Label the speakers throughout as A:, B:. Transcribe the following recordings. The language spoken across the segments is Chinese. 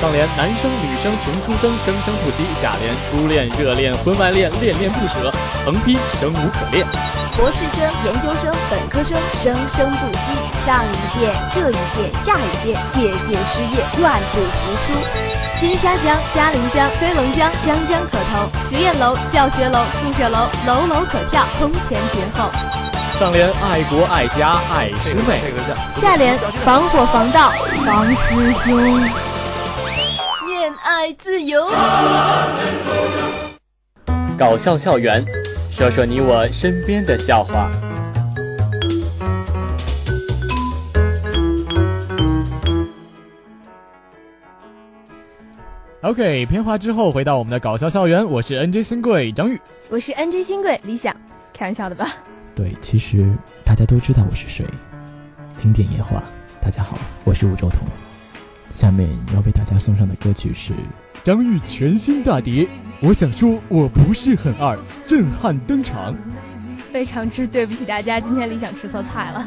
A: 上联男生女生穷出生，生生不息；下联初恋、热恋、婚外恋，恋恋不舍，横批生无可恋。
B: 博士生、研究生、本科生，生生不息。上一届、这一届、下一届，届届失业，万古复苏。金沙江、嘉陵江、飞龙江，江江可投；实验楼、教学楼、宿舍楼，楼楼可跳，空前绝后。
A: 上联爱国爱家爱师妹，
B: 下联防火防盗防师兄，恋爱自由。
A: 搞笑校园，说说你我身边的笑话。
C: OK，片花之后回到我们的搞笑校园，我是 NJ 新贵张宇。
D: 我是 NJ 新贵李想，开玩笑的吧？
E: 对，其实大家都知道我是谁。零点夜话，大家好，我是吴周彤。下面要为大家送上的歌曲是，
C: 张宇全新大碟，我想说我不是很二，震撼登场。
D: 非常之对不起大家，今天理想吃错菜了。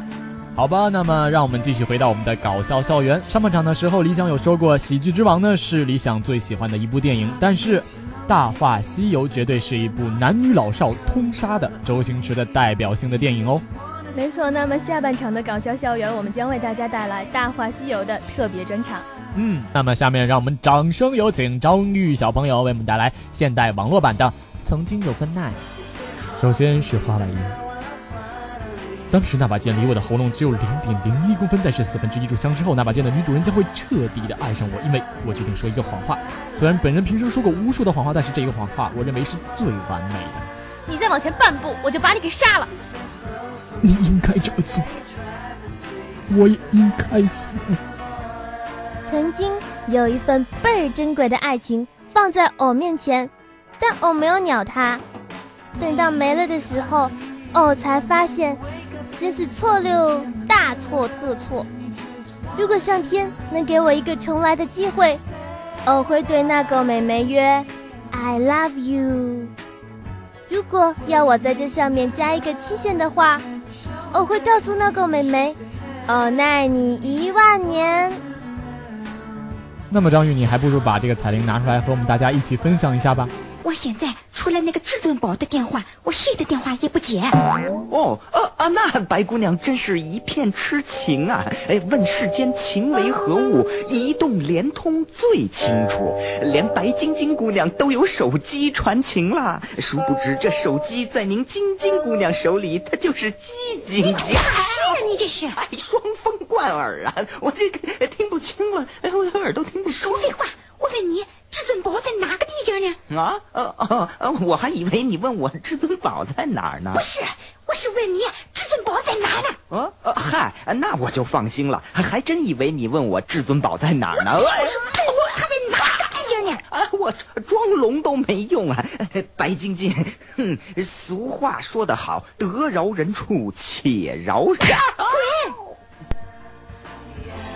C: 好吧，那么让我们继续回到我们的搞笑校园。上半场的时候，理想有说过，《喜剧之王呢》是理想最喜欢的一部电影，但是《大话西游》绝对是一部男女老少通杀的周星驰的代表性的电影哦。
D: 没错，那么下半场的搞笑校园，我们将为大家带来《大话西游》的特别专场。
C: 嗯，那么下面让我们掌声有请张玉小朋友为我们带来现代网络版的《曾经有份爱》。首先是花外音，当时那把剑离我的喉咙只有零点零一公分，但是四分之一炷香之后，那把剑的女主人将会彻底的爱上我，因为我决定说一个谎话。虽然本人平生说过无数的谎话，但是这一个谎话，我认为是最完美的。
D: 你再往前半步，我就把你给杀了。
E: 你应该这么做，我也应该死。
F: 曾经有一份倍儿珍贵的爱情放在偶面前，但偶没有鸟它。等到没了的时候，偶才发现，真是错溜大错特错。如果上天能给我一个重来的机会，偶会对那个美眉曰 “I love you”。如果要我在这上面加一个期限的话，偶会告诉那个美眉，偶爱哦你一万年。
C: 那么张玉，你还不如把这个彩铃拿出来和我们大家一起分享一下吧。
G: 我现在除了那个至尊宝的电话，我谁的电话也不接。
H: 哦，啊啊，那白姑娘真是一片痴情啊！哎，问世间情为何物，移动、联通最清楚。连白晶晶姑娘都有手机传情啦，殊不知这手机在您晶晶姑娘手里，它就是鸡晶晶。
G: 谁呀你这是？
H: 哎，双峰贯耳啊！我这个哎听不清了，哎，我的耳朵听不清
G: 少废话！我问你，至尊宝在哪个地界呢？
H: 啊！哦哦哦，我还以为你问我至尊宝在哪儿呢
G: 不。是，我是问你，至尊宝在哪呢？
H: 哦，呃嗨，那我就放心了，还还真以为你问我至尊宝在哪儿呢。哎
G: 我说问你，他在哪个地界呢？
H: 啊，我装聋都没用啊！白晶晶，哼，俗话说得好，得饶人处且饶人。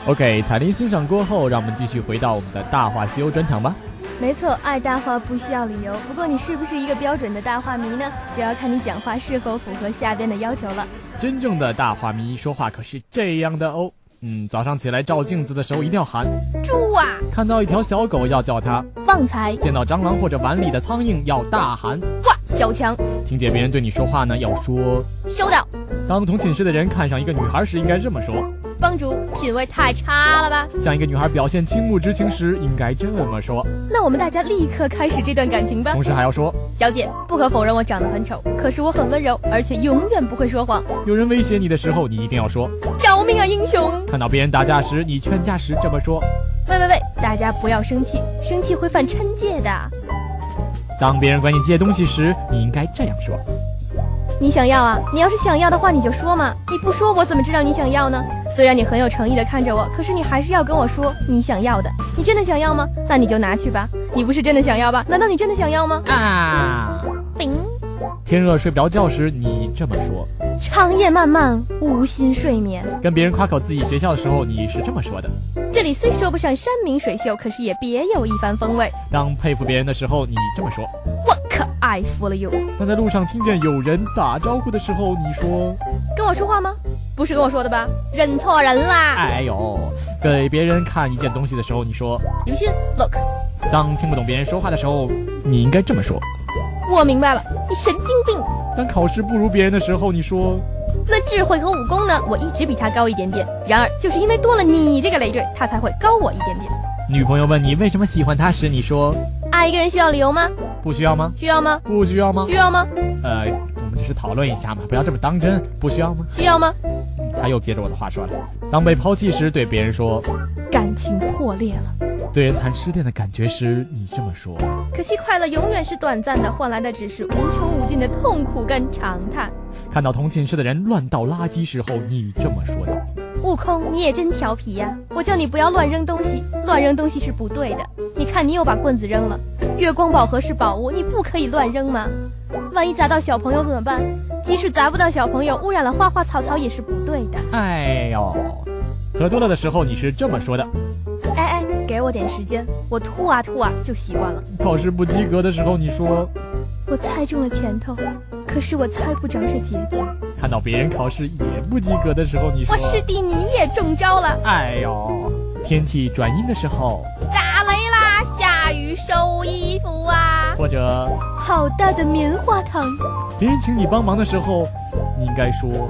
C: OK，彩铃欣赏过后，让我们继续回到我们的《大话西游》专场吧。
D: 没错，爱大话不需要理由。不过你是不是一个标准的大话迷呢？就要看你讲话是否符合下边的要求了。
C: 真正的大话迷说话可是这样的哦。嗯，早上起来照镜子的时候一定要喊，
D: 猪啊，
C: 看到一条小狗要叫它，
D: 旺财，
C: 见到蟑螂或者碗里的苍蝇要大喊。
D: 哇，小强，
C: 听见别人对你说话呢，要说。
D: 收到。
C: 当同寝室的人看上一个女孩时，应该这么说；
D: 帮主品味太差了吧？
C: 向一个女孩表现倾慕之情时，应该这么说。
D: 那我们大家立刻开始这段感情吧
C: 同。时还要说，
D: 小姐，不可否认我长得很丑，可是我很温柔，而且永远不会说谎。
C: 有人威胁你的时候，你一定要说。
D: 饶命啊，英雄！
C: 看到别人打架时，你劝架时这么说。
D: 喂喂喂，大家不要生气，生气会犯嗔戒的。
C: 当别人管你借东西时，你应该这样说。
D: 你想要啊？你要是想要的话，你就说嘛。你不说，我怎么知道你想要呢？虽然你很有诚意的看着我，可是你还是要跟我说你想要的。你真的想要吗？那你就拿去吧。你不是真的想要吧？难道你真的想要吗？
C: 啊！
D: 叮。
C: 天热睡不着觉时，你这么说。
D: 长夜漫漫，无心睡眠。
C: 跟别人夸口自己学校的时候，你是这么说的。
D: 这里虽说不上山明水秀，可是也别有一番风味。
C: 当佩服别人的时候，你这么说。
D: 我可爱服了 you。
C: 当在路上听见有人打招呼的时候，你说
D: 跟我说话吗？不是跟我说的吧？认错人：“啦！
C: 哎呦！”
I: 给别人看一件东西的时候，你说
D: 刘鑫，look，
I: 当听不懂别人说话的时候，你应该这么说；
D: 我明白了，你神经病。
I: 当考试不如别人的时候，你说
D: 那智慧和武功呢？我一直比他高一点点，然而就是因为多了你这个累赘，他才会高我一点点。
I: 女朋友问你为什么喜欢她时，你说
D: 爱一个人需要理由吗？
I: 不需要吗？
D: 需要吗？
I: 不需要吗
D: 需？要吗？
I: 呃，我们只是讨论一下嘛，不要这么当真。不需要吗？
D: 需要吗？
I: 他又接着我的话说了，当被抛弃时，对别人说，
D: 感情破裂了，
I: 对人谈失恋的感觉时，你这么说。
D: 可惜快乐永远是短暂的，换来的只是无穷无尽的痛苦跟长叹。
I: 看到同寝室的人乱倒垃圾时候，你这么说道。
D: 悟空，你也真调皮呀、我叫你不要乱扔东西，乱扔东西是不对的。你看，你又把棍子扔了。月光宝盒是宝物，你不可以乱扔吗？万一砸到小朋友怎么办？即使砸不到小朋友，污染了花花草草也是不对的。
I: 哎呦，喝多了的时候你是这么说的，
D: 哎哎，给我点时间，我吐啊吐啊就习惯了。
I: 考试不及格的时候你说，
D: 我猜中了前头，可是我猜不着这结局。
I: 看到别人考试也不及格的时候你说
D: 我，师弟，你也中招了，
I: 哎呦，天气转阴的时候，
D: 打雷啦，下雨收衣服啊。
I: 或者
D: 好大的棉花糖！
I: 别人请你帮忙的时候，你应该说，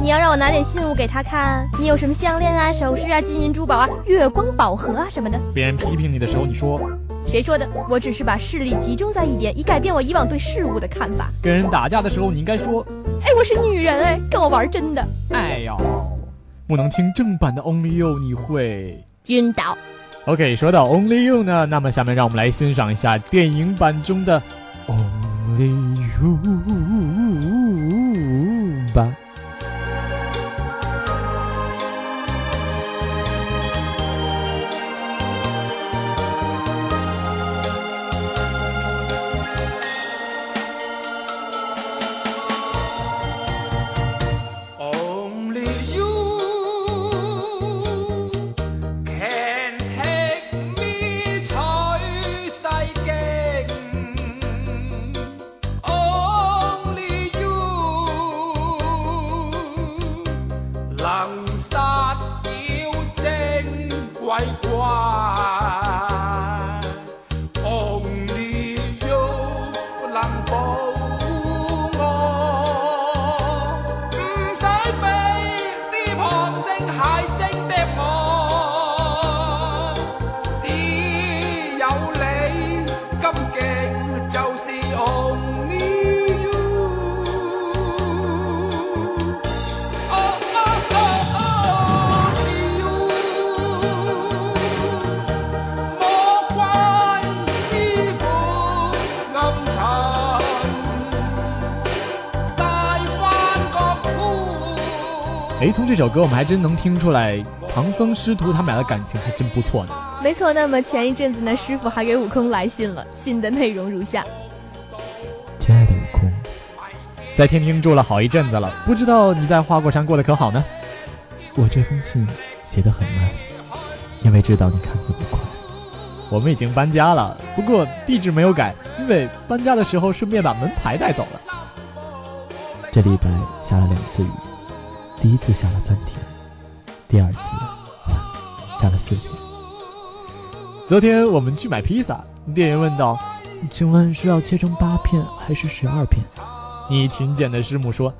D: 你要让我拿点信物给他看，你有什么项链啊、首饰啊、金银珠宝啊、月光宝盒啊什么的。
I: 别人批评你的时候你说，
D: 谁说的？我只是把视力集中在一点，以改变我以往对事物的看法。
I: 跟人打架的时候你应该说，
D: 哎，我是女人哎，跟我玩真的。
I: 哎呦，不能听正版的 Only You，你会。
D: 晕倒。
I: OK，说到 Only You 呢，那么下面让我们来欣赏一下电影版中的 Only You 吧。
J: Only you can take me 取世徑。Only you 能殺妖精鬼怪。Only you 能保護我，唔使俾啲旁精蟹精的我，只有你咁勁，就是 Only you。Oh oh oh oh you。莫怪師傅暗沉，大翻個苦。
I: 哎，从这首歌我们还真能听出来，唐僧师徒他们俩的感情还真不错呢。
D: 没错，那么前一阵子呢，师傅还给悟空来信了，信的内容如下：
E: 亲爱的悟空，
I: 在天津住了好一阵子了，不知道你在花果山过得可好呢？
E: 我这封信写得很慢，因为知道你看字不快。
I: 我们已经搬家了，不过地址没有改，因为搬家的时候顺便把门牌带走了。
E: 这礼拜下了两次雨，第一次下了三天，第二次下了四天。
I: 昨天我们去买披萨，店员问道
E: 请问是要切成八片还是十二片？：“
I: 你勤俭的师母说，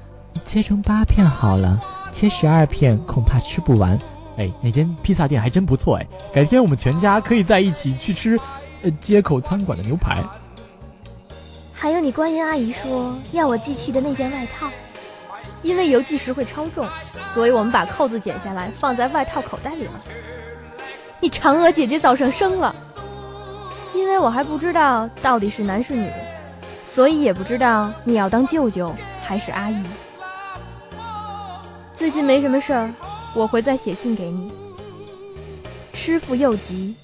E: 切成八片好了，切十二片恐怕吃不完。
I: 哎，那间披萨店还真不错哎，改天我们全家可以在一起去吃，呃，街口餐馆的牛排。
F: 还有你观音阿姨说要我寄去的那件外套，
D: 因为邮寄时会超重，所以我们把扣子剪下来放在外套口袋里了。你嫦娥姐姐早上生了，因为我还不知道到底是男是女，所以也不知道你要当舅舅还是阿姨。最近没什么事儿，我会再写信给你。师傅又急，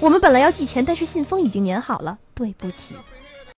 D: 我们本来要寄钱，但是信封已经粘好了，对不起。